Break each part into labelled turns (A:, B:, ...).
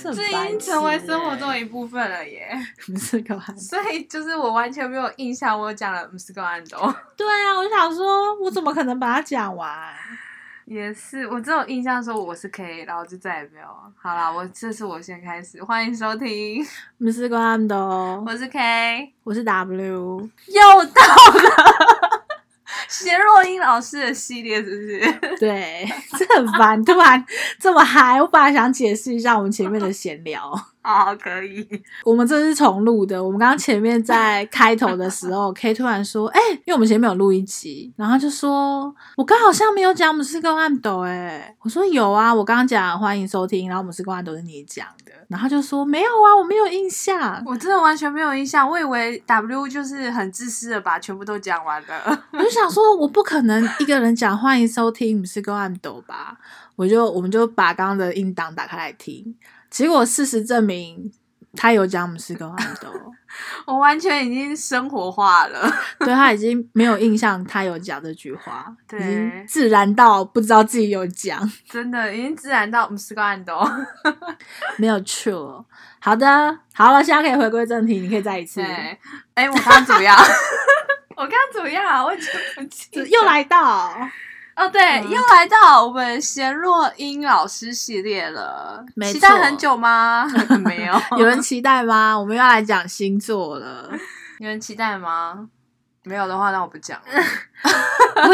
A: 这
B: 这
A: 很
B: 已
A: 白
B: 经
A: 痴
B: 成为生活
A: 欸
B: 中的一部分了耶。
A: 不是个白痴。
B: 所以就是我完全没有印象，我讲了五十个案斗，
A: 对啊，我想说，我怎么可能把它讲完？
B: 也是我只有印象说我是 K，然后就再也没有。好啦，我这是我先开始，欢迎收听，
A: 不是个案的哦，
B: 我是 K，
A: 我是 W，
B: 又到了 贤若英老师的系列，是不是？
A: 对， 这很烦，突然这么嗨。我本来想解释一下我们前面的闲聊，
B: 好，可以，
A: 我们这是重录的。我们刚刚前面在开头的时候，K 突然说：“哎、因为我们前面有录一集，然后他就说我刚好像没有讲我们是个案斗。”哎，我说有啊，我刚刚讲欢迎收听，然后我们是个案斗是你讲的，然后他就说没有啊，我没有印象。
B: 我真的完全没有印象，我以为 W 就是很自私的把全部都讲完了。
A: 我就想说，我不可能一个人讲欢迎收听，不是够暗斗吧？我就我们就把刚刚的音档打开来听，结果事实证明他有讲我们是够暗斗，
B: 我完全已经生活化了，
A: 对他已经没有印象，他有讲这句话，已经
B: 对
A: 自然到不知道自己有讲，
B: 真的已经自然到五十个案斗。
A: 没有错。好的，好了，现在可以回归正题，你可以再一次
B: 对，，哎、我刚刚怎么样？ 我刚刚怎么样啊？我已经不记
A: 这
B: 得。
A: 又来 到，
B: 哦，对，
A: 嗯
B: 又来到我们贤若英老师系列了。
A: 没
B: 期待
A: 错
B: 很久吗？ 没有，
A: 有人期待吗？我们要来讲星座了。
B: 有人期待吗？没有的话，那我不讲了。
A: 我可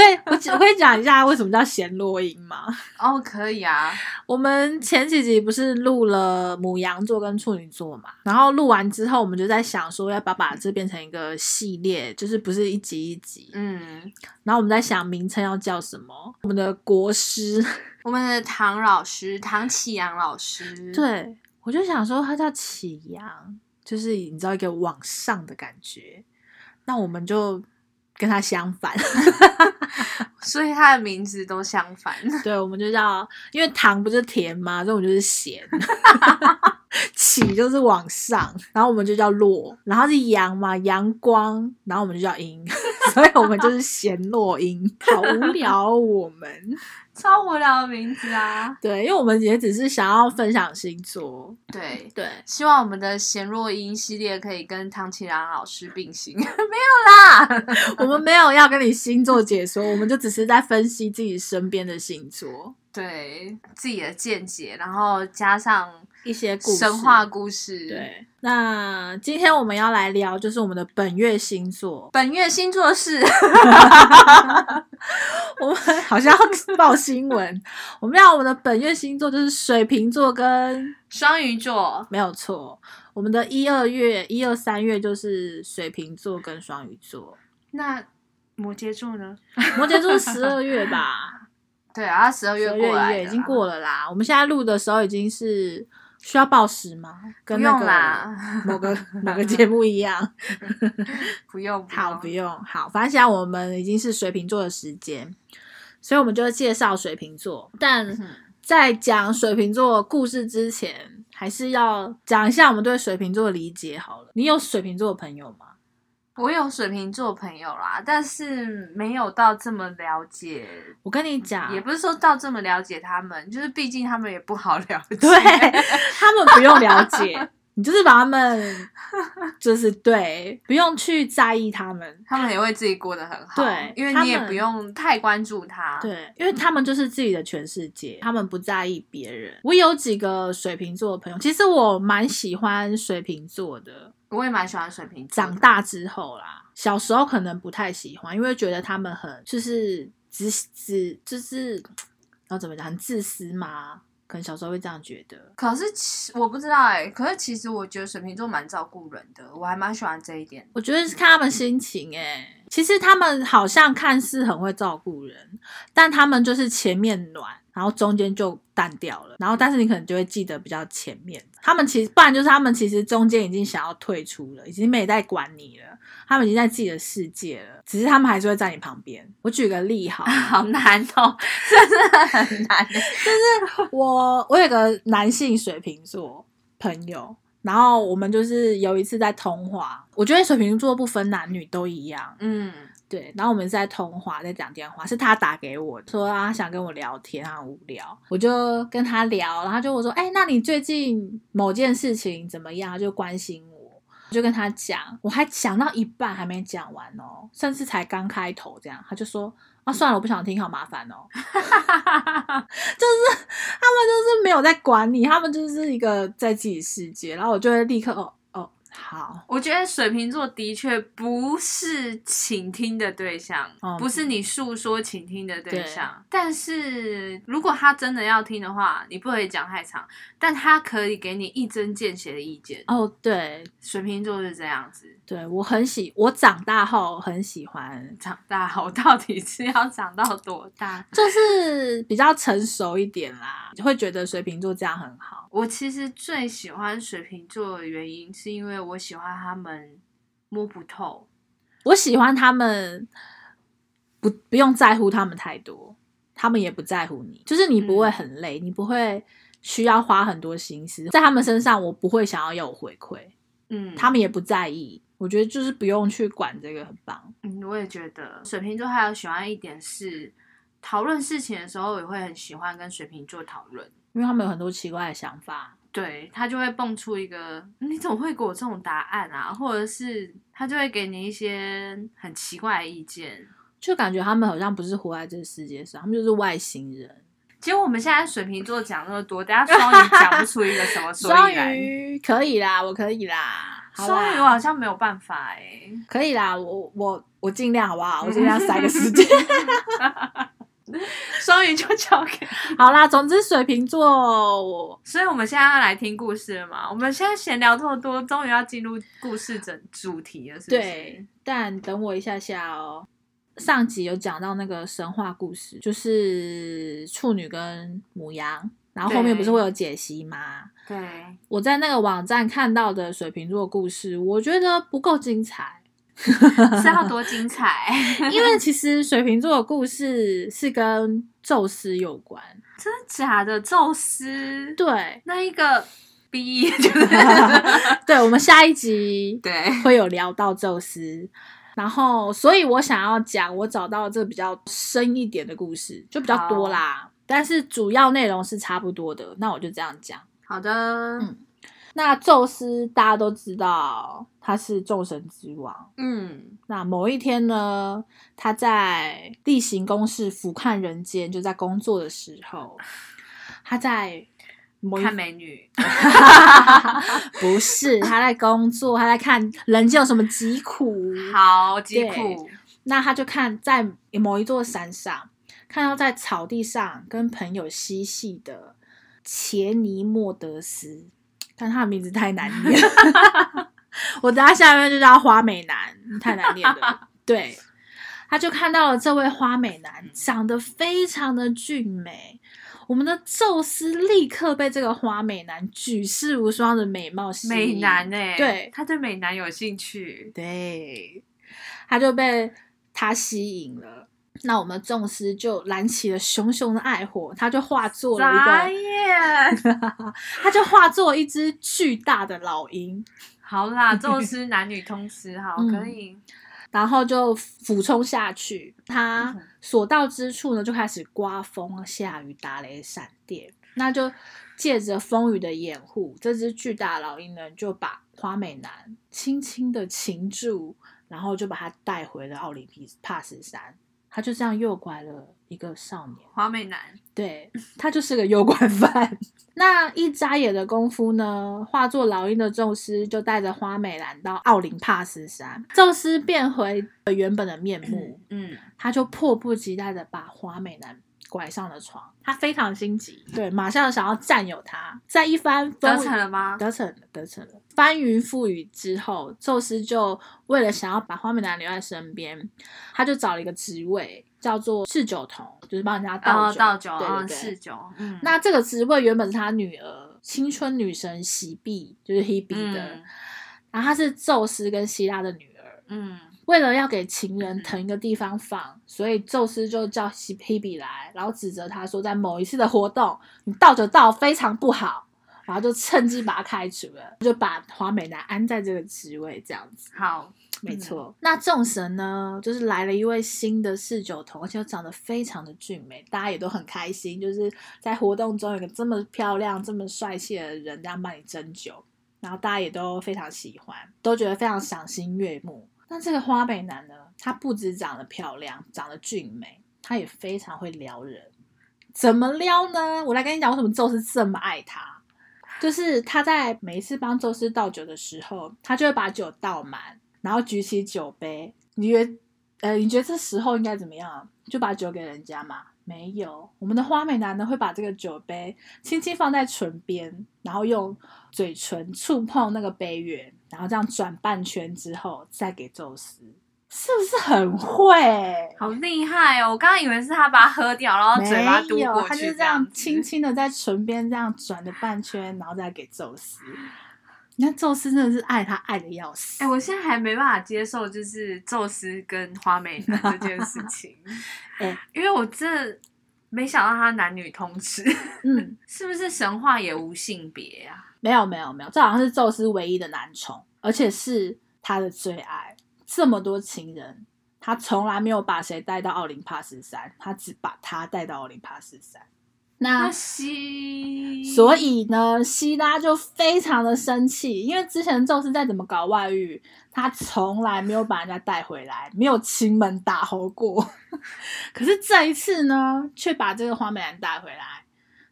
A: 以，我我可以讲一下为什么叫弦落音吗？
B: 哦，可以啊，
A: 我们前几集不是录了母羊座跟处女座嘛，然后录完之后，我们就在想说要不要把这变成一个系列，就是不是一集一集。
B: 嗯，
A: 然后我们在想名称要叫什么，我们的国师，
B: 我们的唐老师，唐启阳老师，，
A: 对我就想说他叫启阳，就是你知道一个往上的感觉，那我们就跟他相反，
B: 所以他的名字都相反。
A: 对，我们就叫，因为糖不是甜嘛，所以我们就是咸。 起就是往上，然后我们就叫落，然后是阳嘛，阳光，然后我们就叫阴， 所以我们就是咸落阴，好无聊哦我们。
B: 超无聊的名字 啊！
A: 对，因为我们也只是想要分享星座，
B: 对，
A: 对，
B: 希望我们的贤若英系列可以跟唐启阳老师并行。没有啦，
A: 我们没有要跟你星座解说，我们就只是在分析自己身边的星座
B: 对自己的见解，然后加上
A: 一些故事
B: 神话故事。，
A: 对，那今天我们要来聊就是我们的本月星座，
B: 本月星座是
A: 我们好像要报新闻。我们要我们的本月星座就是水瓶座跟
B: 双鱼座，
A: 没有错，我们的一二月、一二三月就是水瓶座跟双鱼座，
B: 那摩羯座呢？
A: 摩羯座十二月吧，
B: 对啊， 十二
A: 十
B: 月
A: 二月
B: 过来
A: 一
B: 的
A: 月
B: 啦
A: 已经过了啦。我们现在录的时候已经是需要报时吗？跟
B: 不
A: 那
B: 用
A: 个
B: 啦，
A: 某个某个节目一样。
B: 不用，不
A: 好，不
B: 用，
A: 用好，反正现在我们已经是水瓶座的时间，所以我们就介绍水瓶座，但。
B: 嗯
A: 在讲水瓶座故事之前，还是要讲一下我们对水瓶座的理解好了。你有水瓶座的朋友吗？
B: 我有水瓶座朋友啦，但是没有到这么了解，
A: 我跟你讲，
B: 嗯也不是说到这么了解他们，就是毕竟他们也不好 了解。
A: 对他们不用了解， 你就是把他们， 就是对，不用去在意他们。
B: 他们也为自己过得很好，
A: 对
B: 因为
A: 他
B: 你也
A: 们
B: 不用太关注他，，
A: 对，因为他们就是自己的全世界，他们不在意别人。我有几个水瓶座的朋友，其实我蛮喜欢水瓶座的，
B: 我也蛮喜欢水瓶座的
A: 长大之后啦，小时候可能不太喜欢，因为觉得他们很就是只只就是要怎么讲，很自私嘛，可能小时候会这样觉得。
B: 可是其我不知道哎、可是其实我觉得水瓶座蛮照顾人的，我还蛮喜欢这一点。
A: 我觉得是看他们心情诶、其实他们好像看似很会照顾人，但他们就是前面暖，然后中间就淡掉了，然后但是你可能就会记得比较前面。他们其实不然就是他们其实中间已经想要退出了，已经没在管你了，他们已经在自己的世界了，只是他们还是会在你旁边。我举个例好了，
B: 好难哦， 真的很难。欸
A: 我我有个男性水瓶座朋友，然后我们就是有一次在通话，我觉得水瓶座不分男女都一样，
B: 嗯，
A: 对。然后我们是在通话，在讲电话，是他打给我说啊想跟我聊天，他很无聊，我就跟他聊，然后他就我说，哎、那你最近某件事情怎么样？他就关心我。我就跟他讲，我还讲到一半还没讲完哦，甚至才刚开头这样，他就说啊算了，我不想听，好麻烦哦。 就是他们就是没有在管你，他们就是一个在自己世界，然后我就会立刻哦哦好，
B: 我觉得水瓶座的确不是倾听的对象，
A: 哦
B: 不是你诉说倾听的对
A: 对
B: 象。但是如果他真的要听的话，你不可以讲太长，但他可以给你一针见血的意见。
A: 哦对
B: 水瓶座是这样子。
A: 对，我很喜，我长大后很喜欢，
B: 长大后到底是要长到多大？
A: 就是比较成熟一点啦，会觉得水瓶座这样很好。
B: 我其实最喜欢水瓶座的原因，是因为我喜欢他们摸不透。
A: 我喜欢他们不不用在乎他们太多，他们也不在乎你，就是你不会很累，你不会需要花很多心思在他们身上，我不会想要有回馈。
B: 嗯，
A: 他们也不在意。我觉得就是不用去管这个，很棒。
B: 嗯，我也觉得水瓶座还有喜欢一点是，讨论事情的时候也会很喜欢跟水瓶座讨论。
A: 因为他们有很多奇怪的想法，
B: 对他就会蹦出一个你怎么会给我这种答案啊，或者是他就会给你一些很奇怪的意见。
A: 就感觉他们好像不是活在这个世界上，他们就是外星人。
B: 结果我们现在水瓶座讲那么多，等下双鱼讲不出一个什么所
A: 双
B: 以 然。
A: 鱼可以啦，我可以啦，好
B: 双鱼我
A: 啦，
B: 好像没有办法哎、
A: 可以啦，我我我尽量好不
B: 嗯
A: 好？我尽量塞个时 间。
B: 双鱼就交给。
A: 好啦，总之水瓶座，我
B: 所以我们现在要来听故事了嘛？我们现在闲聊这么多，终于要进入故事整主题了，是不是？
A: 对，但等我一下下哦。上集有讲到那个神话故事，就是处女跟母羊，然后后面
B: 对
A: 不是会有解析吗？
B: 对，
A: 我在那个网站看到的水瓶座故事，我觉得不够精 彩，
B: 是要多精彩？
A: 因为其实水瓶座的故事是跟宙斯有关。
B: 真的假的？宙斯
A: 对，
B: 那一个 B 就是
A: 对，我们下一集
B: 对，
A: 会有聊到宙斯。然后，所以我想要讲，我找到这比较深一点的故事，就比较多啦，但是主要内容是差不多的。那我就这样讲。
B: 好的，
A: 嗯那宙斯大家都知道，他是众神之王，
B: 嗯
A: 那某一天呢，他在例行公事俯瞰人间，就在工作的时候，他在某一
B: 看美女，
A: 不是他在工作，他在看人间有什么疾苦。，
B: 好疾苦，
A: 那他就看在某一座山上，看到在草地上跟朋友嬉戏的切尼莫德斯，但他的名字太难念， 我等下下面就叫花美男，太难念 了。对，他就看到了这位花美男长得非常的俊美。我们的宙斯立刻被这个花美男举世无双的美貌吸引，
B: 美男哎、
A: 对
B: 他对美男有兴趣，
A: 对，他就被他吸引了。那我们宙斯就燃起了熊熊的爱火，他就化作了
B: 眨
A: 一
B: 眼，
A: 个， 他就化作一只巨大的老鹰，
B: 好啦，宙斯男女通吃，好
A: 嗯
B: 可以，
A: 然后就俯冲下去。他所到之处呢，就开始刮风、啊下雨、打雷、闪电。那就借着风雨的掩护，这只巨大老鹰呢，就把花美男轻轻的擒住，然后就把他带回了奥林匹帕斯山。他就这样诱拐了一个少年。
B: 花美男，
A: 对他就是个诱拐犯。 那一眨眼的功夫呢，化作老鹰的宙斯就带着花美兰到奥林帕斯山，宙斯变回原本的面目，
B: 嗯，
A: 他就迫不及待的把花美兰拐上了床，他非常心急，对，马上想要占有她。在一番风
B: 得逞了吗？
A: 得逞了，得逞了。翻云覆雨之后，宙斯就为了想要把花美男留在身边，他就找了一个职位，叫做侍酒童，就是帮人家倒
B: 哦，
A: 酒。
B: 倒酒，
A: 对
B: 哦，
A: 对对。
B: 侍酒，嗯，
A: 那这个职位原本是他女儿青春女神喜碧，就是 Hebe 的，
B: 嗯
A: 然后她是宙斯跟希拉的女儿。
B: 嗯，
A: 为了要给情人腾一个地方放，所以宙斯就叫希 Hebe 来，然后指责她说，在某一次的活动，你倒酒倒得非常不好，然后就趁机把他开除了，就把华美男安在这个职位这样子。
B: 好，
A: 没错。那众神呢，就是来了一位新的侍酒头，而且长得非常的俊美，大家也都很开心，就是在活动中有个这么漂亮、这么帅气的人这样帮你斟酒，然后大家也都非常喜欢，都觉得非常赏心悦目。那这个花美男呢，他不止长得漂亮，长得俊美，他也非常会撩人。怎么撩呢？我来跟你讲，为什么宙斯这么爱他。就是他在每一次帮宙斯倒酒的时候，他就会把酒倒满，然后举起酒杯。你觉得，呃，你觉得这时候应该怎么样？啊就把酒给人家嘛？没有，我们的花美男呢会把这个酒杯轻轻放在唇边，然后用嘴唇触碰那个杯缘，然后这样转半圈之后再给宙斯，是不是很会？
B: 好厉害哦！我刚刚以为是他把它喝掉，然后
A: 没
B: 嘴巴嘟
A: 有，
B: 过
A: 他就
B: 去
A: 这样
B: 子
A: 轻轻的在唇边这样转了半圈，然后再给宙斯。你看宙斯真的是爱他爱的要死。，
B: 哎、我现在还没办法接受，就是宙斯跟花美男这件事情
A: 哎
B: 因为我真的没想到他男女通吃，
A: 嗯，
B: 是不是神话也无性别啊？
A: 没有没有没有，这好像是宙斯唯一的男宠，而且是他的最爱。这么多情人，他从来没有把谁带到奥林帕斯山，他只把他带到奥林帕斯山。那
B: 那西，
A: 啊所以呢，希拉就非常的生气，因为之前宙斯再怎么搞外遇，他从来没有把人家带回来，没有亲门打吼过。 可是这一次呢，却把这个花美男带回来。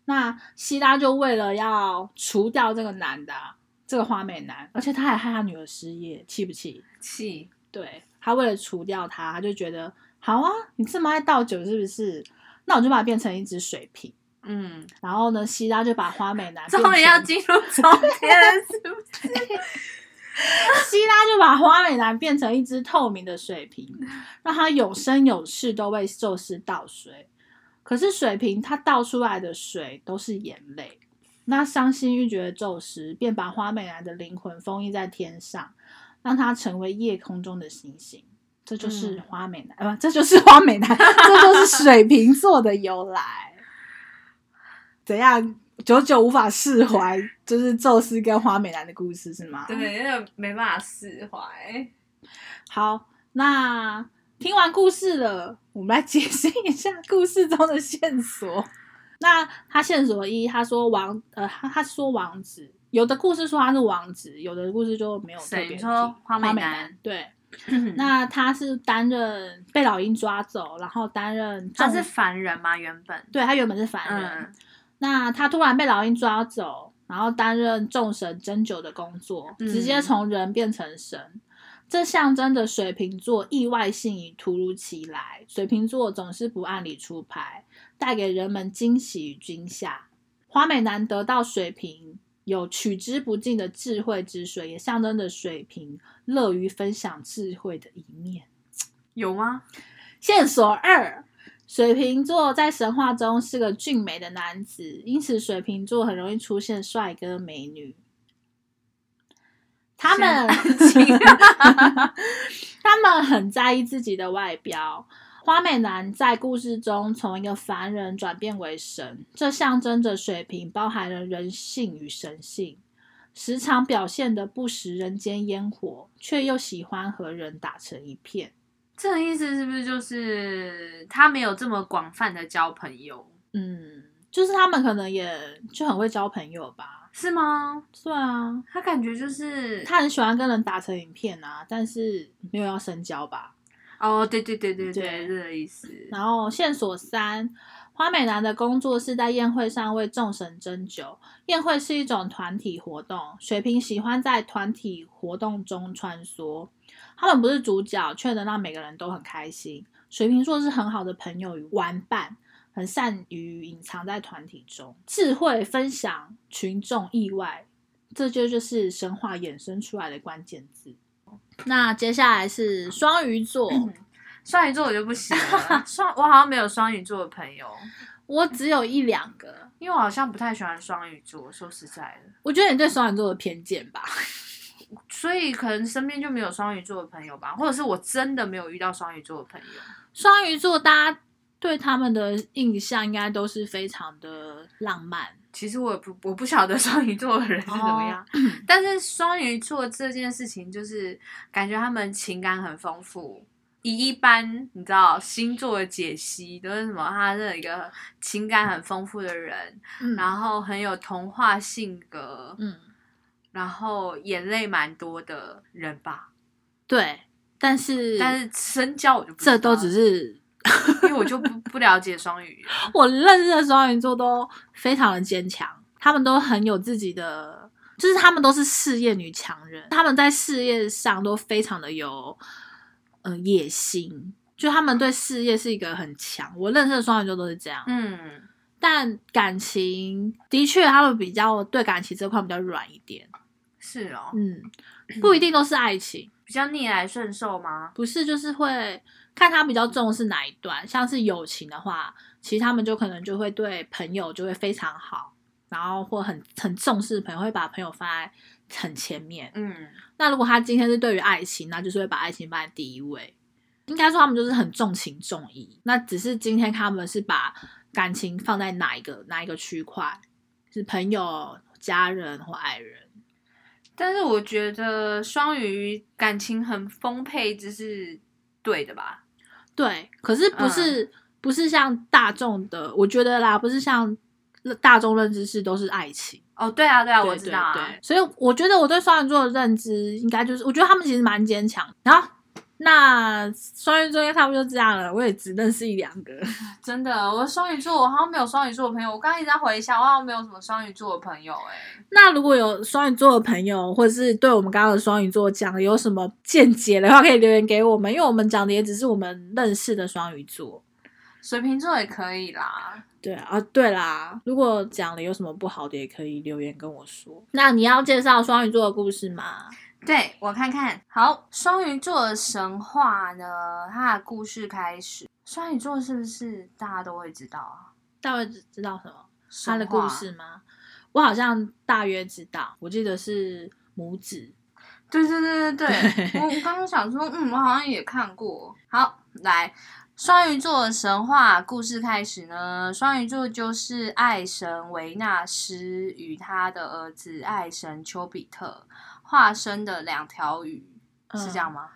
A: 那希拉就为了要除掉这个男的啊，这个花美男，而且他还害他女儿失业，气不气？
B: 气，
A: 对他为了除掉他，他就觉得好啊，你这么爱倒酒是不是？那我就把它变成一只水瓶。
B: 嗯，
A: 然后呢，希拉就把花美啊男变
B: 终
A: 成，
B: 于要进入中间了，是 不是？
A: 希拉就把花美男变成一只透明的水瓶，让他有声有势都为宙斯倒水。可是水瓶他倒出来的水都是眼泪。那伤心欲绝的宙斯便把花美男的灵魂封印在天上，让他成为夜空中的星星。这就是
B: 嗯
A: 花美男，呃，不这就是花美男，这就是水瓶座的由来。怎样？久久无法释怀，就是宙斯跟花美男的故事是吗？
B: 对，因为没办法释怀。
A: 好，那听完故事了，我们来解析一下故事中的线索。那他线索一，他说王，呃，他他说王子，有的故事说他是王子，有的故事就没有特
B: 谁
A: 别
B: 你
A: 提。
B: 说花美
A: 美
B: 男
A: 对，那他是担任被老鹰抓走，然后担任
B: 他
A: 众
B: 是凡人吗？原本，
A: 对他原本是凡人，
B: 嗯，
A: 那他突然被老鹰抓走，然后担任众神针灸的工作，
B: 嗯
A: 直接从人变成神。这象征着水瓶座意外性已突如其来。水瓶座总是不按理出牌，带给人们惊喜与惊吓。花美男得到水瓶有取之不尽的智慧之水，也象征着水瓶乐于分享智慧的一面。
B: 有吗？
A: 线索二：水瓶座在神话中是个俊美的男子，因此水瓶座很容易出现帅哥美女。他们 他们很在意自己的外表。花美男在故事中从一个凡人转变为神，这象征着水瓶包含了人性与神性，时常表现得不食人间烟火，却又喜欢和人打成一片。
B: 这个意思是不是就是他没有这么广泛的交朋友，
A: 嗯，就是他们可能也就很会交朋友吧。
B: 是吗？
A: 对啊，
B: 他感觉就是
A: 他很喜欢跟人打成一片啊，但是没有要深交吧。
B: 哦，对对对对
A: 对
B: 对，这个意思。
A: 然后线索三，花美男的工作是在宴会上为众神斟酒。宴会是一种团体活动，水瓶喜欢在团体活动中穿梭。他们不是主角，却能让每个人都很开心。水瓶座是很好的朋友与玩伴，很善于隐藏在团体中，智慧分享群众意外，这就就是神话衍生出来的关键字。那接下来是双鱼座。
B: 双鱼座我就不行了，双我好像没有双鱼座的朋友，
A: 我只有一两个，
B: 因为我好像不太喜欢双鱼座，说实在的，
A: 我觉得你对双鱼座有偏见吧？
B: 所以可能身边就没有双鱼座的朋友吧，或者是我真的没有遇到双鱼座的朋友。
A: 双鱼座大家对他们的印象应该都是非常的浪漫，
B: 其实我也不我不晓得双鱼座的人是怎
A: 哦
B: 么样，但是双鱼座这件事情就是感觉他们情感很丰富。以一般你知道星座的解析都是什么？他是一个情感很丰富的人，
A: 嗯
B: 然后很有童话性格，
A: 嗯，
B: 然后眼泪蛮多的人吧。
A: 对，但是
B: 但是深交我就不知道
A: 这都只是
B: 因为我就不不了解双语。
A: 我认识的双鱼座都非常的坚强，他们都很有自己的，就是他们都是事业女强人，他们在事业上都非常的有呃野心，就他们对事业是一个很强。我认识的双鱼座都是这样，
B: 嗯，
A: 但感情的确他们比较对感情这块比较软一点，
B: 是哦，
A: 嗯，不一定都是爱情，
B: 比较逆来顺受吗？
A: 不是就是会看他比较重视哪一段，像是友情的话，其实他们就可能就会对朋友就会非常好，然后或很很重视朋友，会把朋友放在很前面。
B: 嗯，
A: 那如果他今天是对于爱情，那就是会把爱情放在第一位。应该说他们就是很重情重义，那只是今天他们是把感情放在哪一个哪一个区块，是朋友、家人或爱人。
B: 但是我觉得双鱼感情很丰沛，这是对的吧？
A: 对，可是不是、
B: 嗯
A: 不是像大众的，我觉得啦，不是像大众认知是都是爱情。
B: 哦，对啊，对啊，
A: 对
B: 我知道
A: 对
B: 啊
A: 对。所以我觉得我对双鱼座的认知应该就是，我觉得他们其实蛮坚强。然后那双鱼座应该差不多就这样了，我也只认识一两个。
B: 真的，我双鱼座，我好像没有双鱼座的朋友。我刚刚一直在回想，我好像没有什么双鱼座的朋友、哎，
A: 那如果有双鱼座的朋友，或者是对我们刚刚的双鱼座讲有什么见解的话，可以留言给我们，因为我们讲的也只是我们认识的双鱼座。
B: 水瓶座也可以啦。
A: 对啊，对啦，如果讲了有什么不好的，也可以留言跟我说。那你要介绍双鱼座的故事吗？
B: 对我看看，好，双鱼座的神话呢？它的故事开始，双鱼座是不是大家都会知道啊？
A: 大概知知道什么？
B: 神
A: 他的故
B: 话
A: 事吗？我好像大约知道，我记得是母子。
B: 对对对对对，
A: 对
B: 我我刚刚想说，嗯，我好像也看过。好，来，双鱼座的神话故事开始呢。双鱼座就是爱神维纳斯与他的儿子爱神丘比特化身的两条鱼，是这样
A: 嗯？
B: 吗？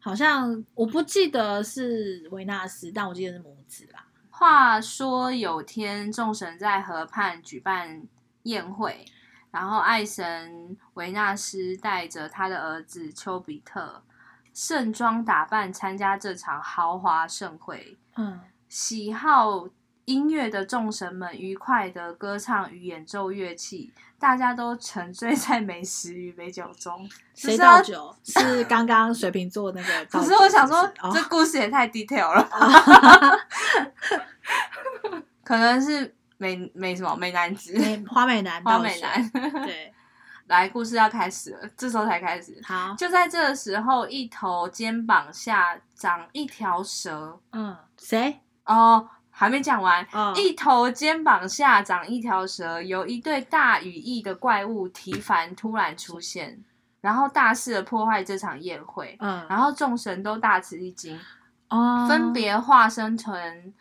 A: 好像我不记得是维纳斯，但我记得是母子啦。
B: 话说有天，众神在河畔举办宴会，然后爱神维纳斯带着他的儿子丘比特盛装打扮参加这场豪华盛会。
A: 嗯，
B: 喜好音乐的众神们愉快的歌唱与演奏乐器，大家都沉醉在美食与美酒中。
A: 谁
B: 是要
A: 倒酒？ 是刚刚水瓶座那 个倒
B: 可
A: 酒。
B: 是我想说，
A: 不是
B: 这
A: 哦
B: 故事也太 detail 了， 可能是美美什么美男子，
A: 美哎花美男
B: 花
A: 倒
B: 美
A: 酒。
B: 男。
A: 对，
B: 来，故事要开始了，这时候才开始。
A: 好，
B: 就在这时候，一头肩膀下长一条蛇。
A: 嗯，谁？
B: 哦，还没讲完。
A: 哦，
B: 一头肩膀下长一条蛇，由一对大羽翼的怪物提凡突然出现，然后大肆的破坏这场宴会，
A: 嗯，
B: 然后众神都大吃一惊，
A: 哦，
B: 分别化身成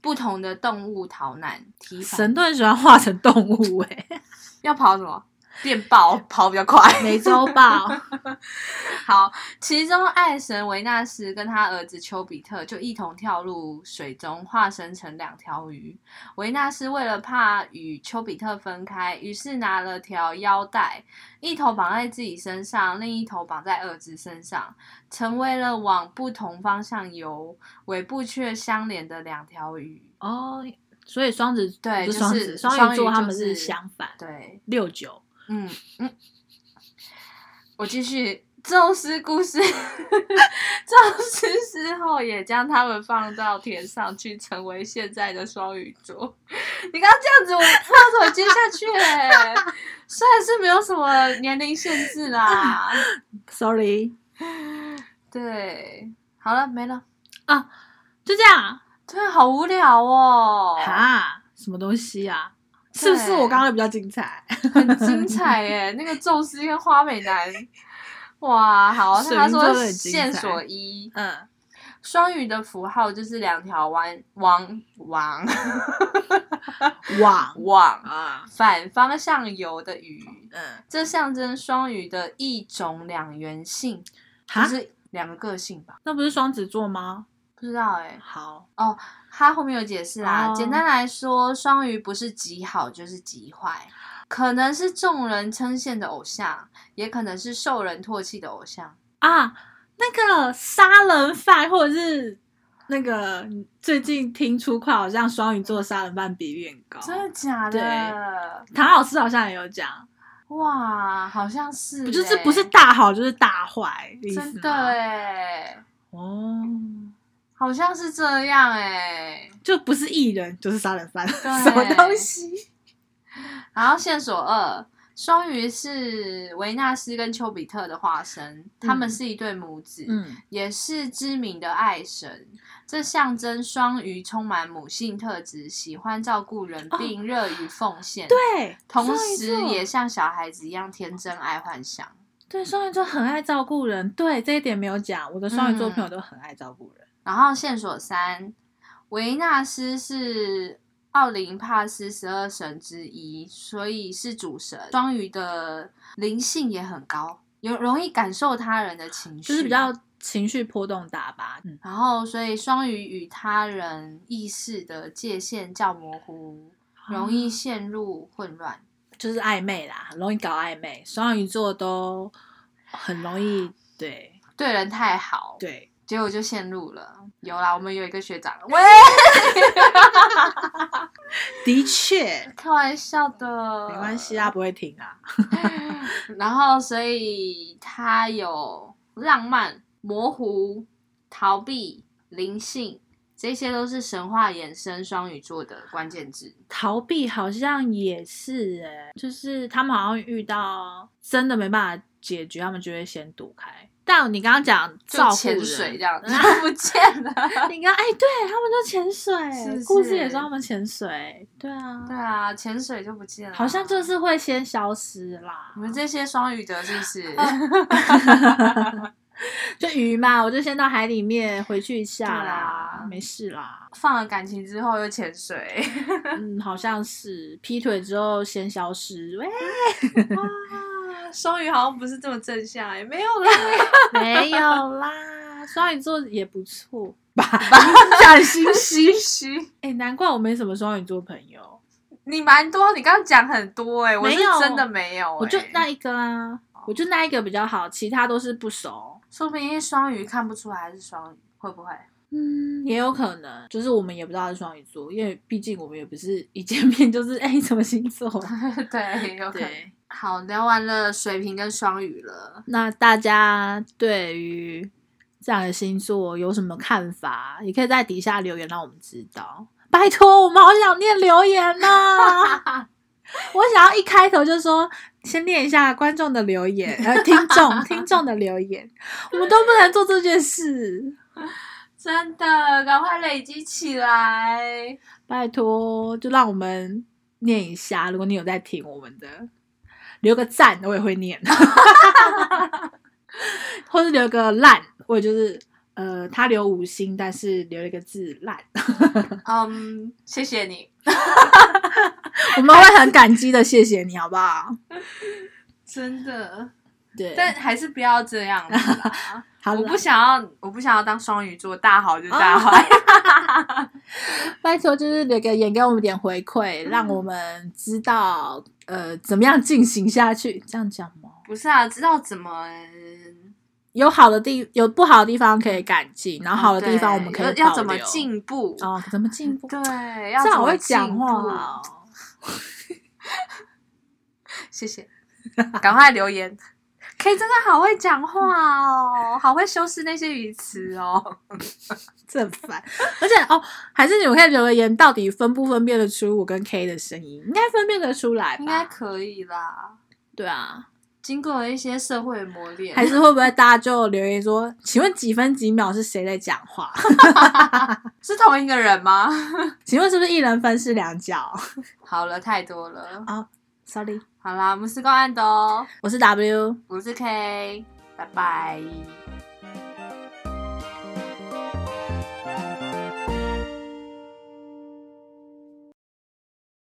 B: 不同的动物逃难。提凡
A: 神都很喜欢化成动物哎、
B: 要跑什么？电报跑比较快。
A: 美洲豹，
B: 好，其中爱神维纳斯跟他儿子丘比特就一同跳入水中，化身成两条鱼。维纳斯为了怕与丘比特分开，于是拿了条腰带，一头绑在自己身上，另一头绑在儿子身上，成为了往不同方向游，尾部却相连的两条鱼。
A: 哦，所以双子
B: 对
A: 不
B: 就是是
A: 双子，
B: 双
A: 双
B: 鱼
A: 鱼座
B: 就
A: 他们
B: 是
A: 是相反，
B: 对，
A: 六九
B: 嗯嗯，我继续。宙斯故事， 宙斯事后也将他们放到天上去，成为现在的双鱼座。你刚刚这样子，我不知道怎么接下去、欸。虽然是没有什么年龄限 制啦，
A: ，sorry
B: 对，好了，没了。
A: 啊，就这样
B: 对，好无聊哦，
A: 啊，什么东西啊？是不是我刚刚比较精彩？
B: 很精彩耶、 那个宙斯跟花美男，哇，好，
A: 水
B: 他
A: 瓶座
B: 说
A: 都很精彩
B: 线索一，
A: 嗯
B: 双鱼的符号就是两条弯网网
A: 网
B: 网
A: 啊，
B: 反方向游的鱼，
A: 嗯，
B: 这象征双鱼的一种两元性，就
A: 哈，
B: 是两个个性吧？
A: 那不是双子座吗？
B: 不知道哎、
A: 好，
B: 他后面有解释啦。
A: 哦
B: 简单来说，双鱼不是极好就是极坏，可能是众人称羡的偶像，也可能是受人唾弃的偶像。
A: 啊，那个杀人犯或者是那个最近听出快好像双鱼座杀人犯比例很高，
B: 真的假的？
A: 唐老师好像也有讲，
B: 哇，好像是、欸，
A: 不就是不是大好就是大坏的意思吗
B: 真的哎、
A: 哦，
B: 好像是这样哎、
A: 就不是艺人就是杀人犯，
B: 对
A: 什么东西？
B: 然后线索二，双鱼是维纳斯跟丘比特的化身，他们是一对母子。
A: 嗯，
B: 也是知名的爱神，这象征双鱼充满母性特质，喜欢照顾人，
A: 哦
B: 并乐于奉献。，
A: 对，
B: 同
A: 双
B: 时
A: 鱼座
B: 也像小孩子一样天真爱幻想。
A: 对双鱼座很爱照顾人，对这一点没有讲，我的双鱼
B: 嗯
A: 座朋友都很爱照顾人。
B: 然后线索三，维纳斯是奥林帕斯十二神之一，所以是主神。双鱼的灵性也很高，有容易感受他人的情绪，
A: 就是比较情绪波动大吧。嗯，
B: 然后，所以双鱼与他人意识的界限较模糊，容
A: 啊
B: 易陷入混乱。
A: 就是暧昧啦，很容易搞暧昧。双鱼座都很容易，对
B: 对人太好，
A: 对，
B: 结果就陷入了。有啦，我们有一个 学长，喂，
A: 的确，
B: 开玩笑的，
A: 没关
B: 呃
A: 系。啊，不会停啊。
B: 然后，所以他有浪漫、模糊、逃避、灵性，这些都是神话衍生双鱼座的关键字。
A: 逃避好像也是、欸，就是他们好像遇到真的没办法解决，他们就会先躲开。但你刚刚讲
B: 就
A: 照顾
B: 潜
A: 人
B: 水这 样，就不见了。
A: 你刚哎，对他们都潜水，
B: 是不是
A: 故事也说他们潜水，对啊，
B: 对啊，潜水就不见了，
A: 好像就是会先消失啦
B: 你。们这些双鱼的，是不是？
A: 就鱼嘛，我就先到海里面回去一下
B: 对
A: 啦
B: 啊，。
A: 没事啦
B: 放了感情之后又潜水，
A: 嗯，好像是劈腿之后先消失，喂，
B: 哇，双鱼好像不是这么正向哎、没有 啦，
A: 没有啦。双鱼座也不错吧，讲心虚。
B: 虚，
A: 哎、难怪我没什么双鱼座朋友，
B: 你蛮多，你刚刚讲很多哎、我是
A: 没有
B: 真的没有、欸，
A: 我就那一个啊，我就那一个比较好，其他都是不熟。
B: 说不定双鱼看不出来是双鱼，会不会？
A: 嗯，也有可能，就是我们也不知道是双鱼座，因为毕竟我们也不是一见面就是哎、你什么星 座。
B: 对，有可 能。
A: 对，
B: 好，聊完了水瓶跟双鱼了，
A: 那大家对于这样的星座有什么看法？也可以在底下留言让我们知道。拜托，我们好想念留言呐、我想要一开头就说，先念一下观众的留言，呃，听众听众的留言，我们都不能做这件事。
B: 真的，赶快累积起来。
A: 拜托，就让我们念一下。如果你有在听我们的，留个赞，我也会念， 或是留个烂，我就是呃，他留五星，但是留了一个字烂，
B: 嗯，谢谢你，
A: 我们会很感激的，谢谢你好不好？
B: 真的，
A: 对，
B: 但还是不要这样子啦。
A: 好哦
B: 我
A: 了
B: 不，想要，我不想要当双鱼座，大好就 大坏。
A: 拜托，就是留个言给我们点回馈，让我们知道呃怎么样进行下去，这样讲吗？
B: 不是啊，知道怎么
A: 有好的地，有不好的地方可以改进，然后好的地方我们可以
B: 嗯对要要
A: 保
B: 怎么
A: 留
B: 进步？
A: 哦，怎么进步？
B: 对，要
A: 这
B: 怎
A: 好
B: 么
A: 会
B: 进
A: 讲
B: 步
A: 话哦！
B: 谢谢，赶快留言。K 真的好会讲话哦，好会修饰那些语词哦。
A: 这很烦。而且哦，还是你们可以留个言，到底分不分辨得出我跟 K 的声音？应该分辨得出来吧？
B: 应该可以啦。
A: 对啊。
B: 经过了一些社会磨练，
A: 还是会不会大家就留言说，请问几分几秒是谁在讲话？
B: 是同一个人吗？
A: 请问是不是一人分饰两角
B: 好了，太多了。
A: ？Sorry，
B: 好啦，我们是高安的哦，
A: 我是 W。
B: 我是 K，拜拜。